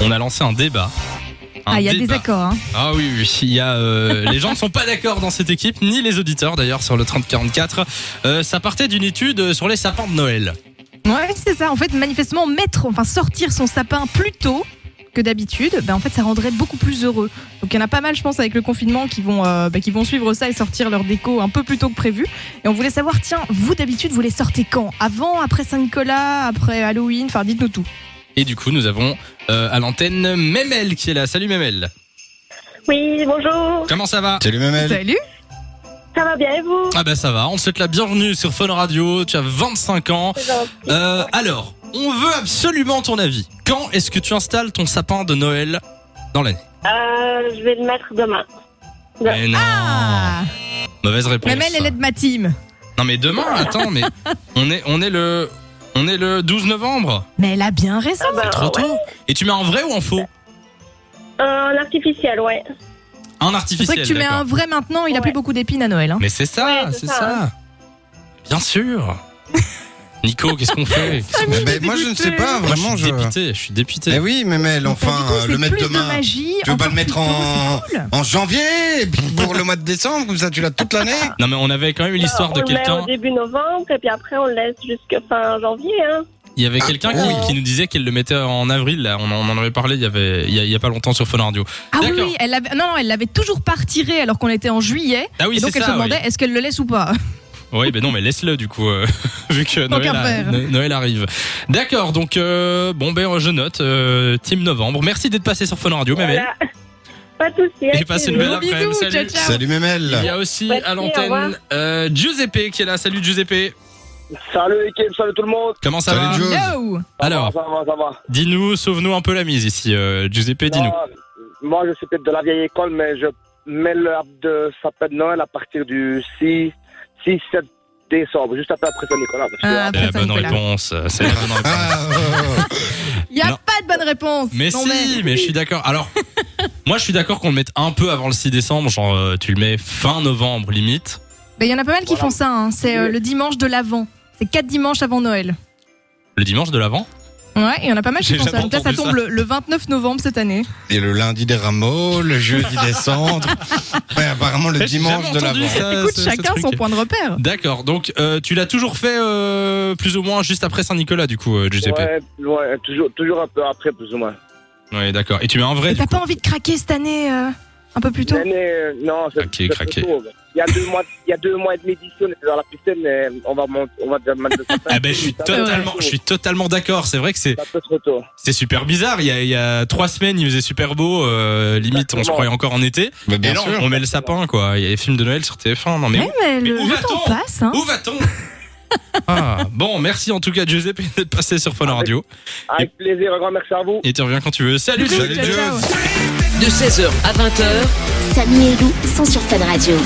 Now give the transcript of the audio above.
on a lancé un débat. Un Ah, il y a des débat. accords. Hein. Ah oui, oui, oui. Il y a, euh, les gens ne sont pas d'accord dans cette équipe, ni les auditeurs d'ailleurs sur le 3044. Euh, ça partait d'une étude sur les sapins de Noël. Ouais, c'est ça. En fait, manifestement, mettre, enfin sortir son sapin plus tôt que d'habitude, ben en fait, ça rendrait beaucoup plus heureux. Donc, il y en a pas mal, je pense, avec le confinement, qui vont, euh, ben, qui vont suivre ça et sortir leur déco un peu plus tôt que prévu. Et on voulait savoir, tiens, vous d'habitude, vous les sortez quand Avant, après Saint-Nicolas, après Halloween Enfin, dites-nous tout. Et du coup, nous avons euh, à l'antenne Memel qui est là. Salut Memel. Oui, bonjour. Comment ça va Salut Mamel. Salut Ça va bien et vous Ah bah ça va. On te souhaite la bienvenue sur Fun Radio. Tu as 25 ans. C'est gentil. Euh, alors, on veut absolument ton avis. Quand est-ce que tu installes ton sapin de Noël dans l'année Euh, Je vais le mettre demain. Ouais. Mais non. Oh, Ah Mauvaise réponse. Même elle, elle est de ma team. Non mais demain, attends, mais on est on est le on est le 12 novembre. Mais elle a bien raison. Ah bah, Trop ouais. tôt. Et tu mets un vrai ou un faux Ah, bah, Un artificiel, ouais. Un C'est vrai artificiel. que tu mets d'accord. un vrai maintenant, il a Ouais. plus beaucoup d'épines à Noël. hein. Mais c'est ça, Ouais, c'est c'est ça. ça, Bien sûr. Nico, qu'est-ce qu'on fait Qu'est-ce qu'on- Famille Mais de moi je ne dégoûtés. sais pas, Moi, vraiment je suis je. dépité, je suis dépité. Eh oui, Mamel, Donc, du enfin, coup, euh, le c'est mettre plus de demain. magie, Tu veux pas encore le mettre plus en- tôt, c'est cool. En janvier, pour le mois de décembre, comme ça tu l'as toute l'année. Non mais on avait quand même l'histoire Euh, de on le met quelqu'un. au début novembre et puis après on le laisse jusqu'à fin janvier. Hein. Il y avait quelqu'un qui, oui. qui nous disait qu'elle le mettait en avril. Là, on en, on en avait parlé. Il y avait il y a, il y a pas longtemps sur Fun Radio. Ah oui, D'accord. oui, elle l'avait- non, non, elle l'avait toujours pas retiré alors qu'on était en juillet. Ah oui, et c'est donc elle ça. se oui. demandait est-ce qu'elle le laisse ou pas Oui, ben non, mais laisse-le du coup, euh, vu que Tant Noël, qu'à a- faire. No- Noël arrive. D'accord, donc euh, bon ben je note, euh, Team Novembre. Merci d'être passé sur Fun Radio, Mémel. Voilà. Pas de soucis. avec passe une plaisir. belle Gros après-midi, bisous, salut. ciao, ciao. Salut Il y Mamel. a aussi Merci, à au revoir. l'antenne euh, Giuseppe qui est là. Salut Giuseppe. Salut équipe, salut tout le monde. Comment ça Salut, va Joe. Yo Ça Alors, va, ça va, ça va. dis-nous, sauve-nous un peu la mise ici, euh, Giuseppe, dis-nous. Non, moi, je suis peut-être de la vieille école, mais je mets le app de sapin de Noël à partir du 6, 6 7 décembre, juste après après Saint-Nicolas. parce que- Ah, C'est la après Eh, bonne Saint-Nicolas. réponse. C'est la bonne réponse. Ah, oh, oh. Il n'y a Non. pas de bonne réponse Mais Non, si, mais... je suis d'accord. Alors, moi je suis d'accord qu'on le mette un peu avant le 6 décembre, genre euh, tu le mets fin novembre limite. Mais Ben, il y en a pas mal qui Voilà. font ça, hein. c'est euh, le dimanche de l'Avent. C'est quatre dimanches avant Noël. Le dimanche de l'avant Ouais, il y en a pas mal qui J'ai font ça. jamais Donc là, ça entendu tombe ça. Le, le 29 novembre cette année. Et le lundi des rameaux, le jeudi des cendres. Ouais, apparemment le Eh, j'ai dimanche jamais de entendu l'avant. ça, Écoute, ce- ce chacun truc. son point de repère. D'accord, donc euh, tu l'as toujours fait euh, plus ou moins juste après Saint-Nicolas, du coup, euh, Giuseppe. ouais, ouais, toujours, toujours un peu après, plus ou moins. Ouais, d'accord. Et tu mets un vrai Et du t'as coup. pas envie de craquer cette année euh, un peu plus tôt Mais, mais, non, c'est Craqué, c'est craqué. trop tôt. Il y, a deux mois, il y a deux mois et demi d'ici, on était dans la piscine et on va, monter, on va déjà mettre le sapin. Ah ben je suis Ça peut être totalement, trop je suis totalement d'accord. C'est vrai que c'est tôt. Ça peut être trop tôt. c'est super bizarre. Il y, a, il y a trois semaines, il faisait super beau, euh, limite on se Exactement. croyait encore en été. Mais bien Et là, sûr. on met le sapin quoi. Il y a les films de Noël sur TF1. Non mais Ouais, Eh, mais, mais le, où le va-t-on temps passe. Hein. où, où va-t-on Ah bon, merci en tout cas Giuseppe d'être passé sur Ah, Fun Radio. Avec plaisir, un grand merci à vous. Et tu reviens quand tu veux. Salut. Bisous, Salut, ciao, Joe. ciao. De 16h à 20h, Samy et Lou sont sur Fan Radio.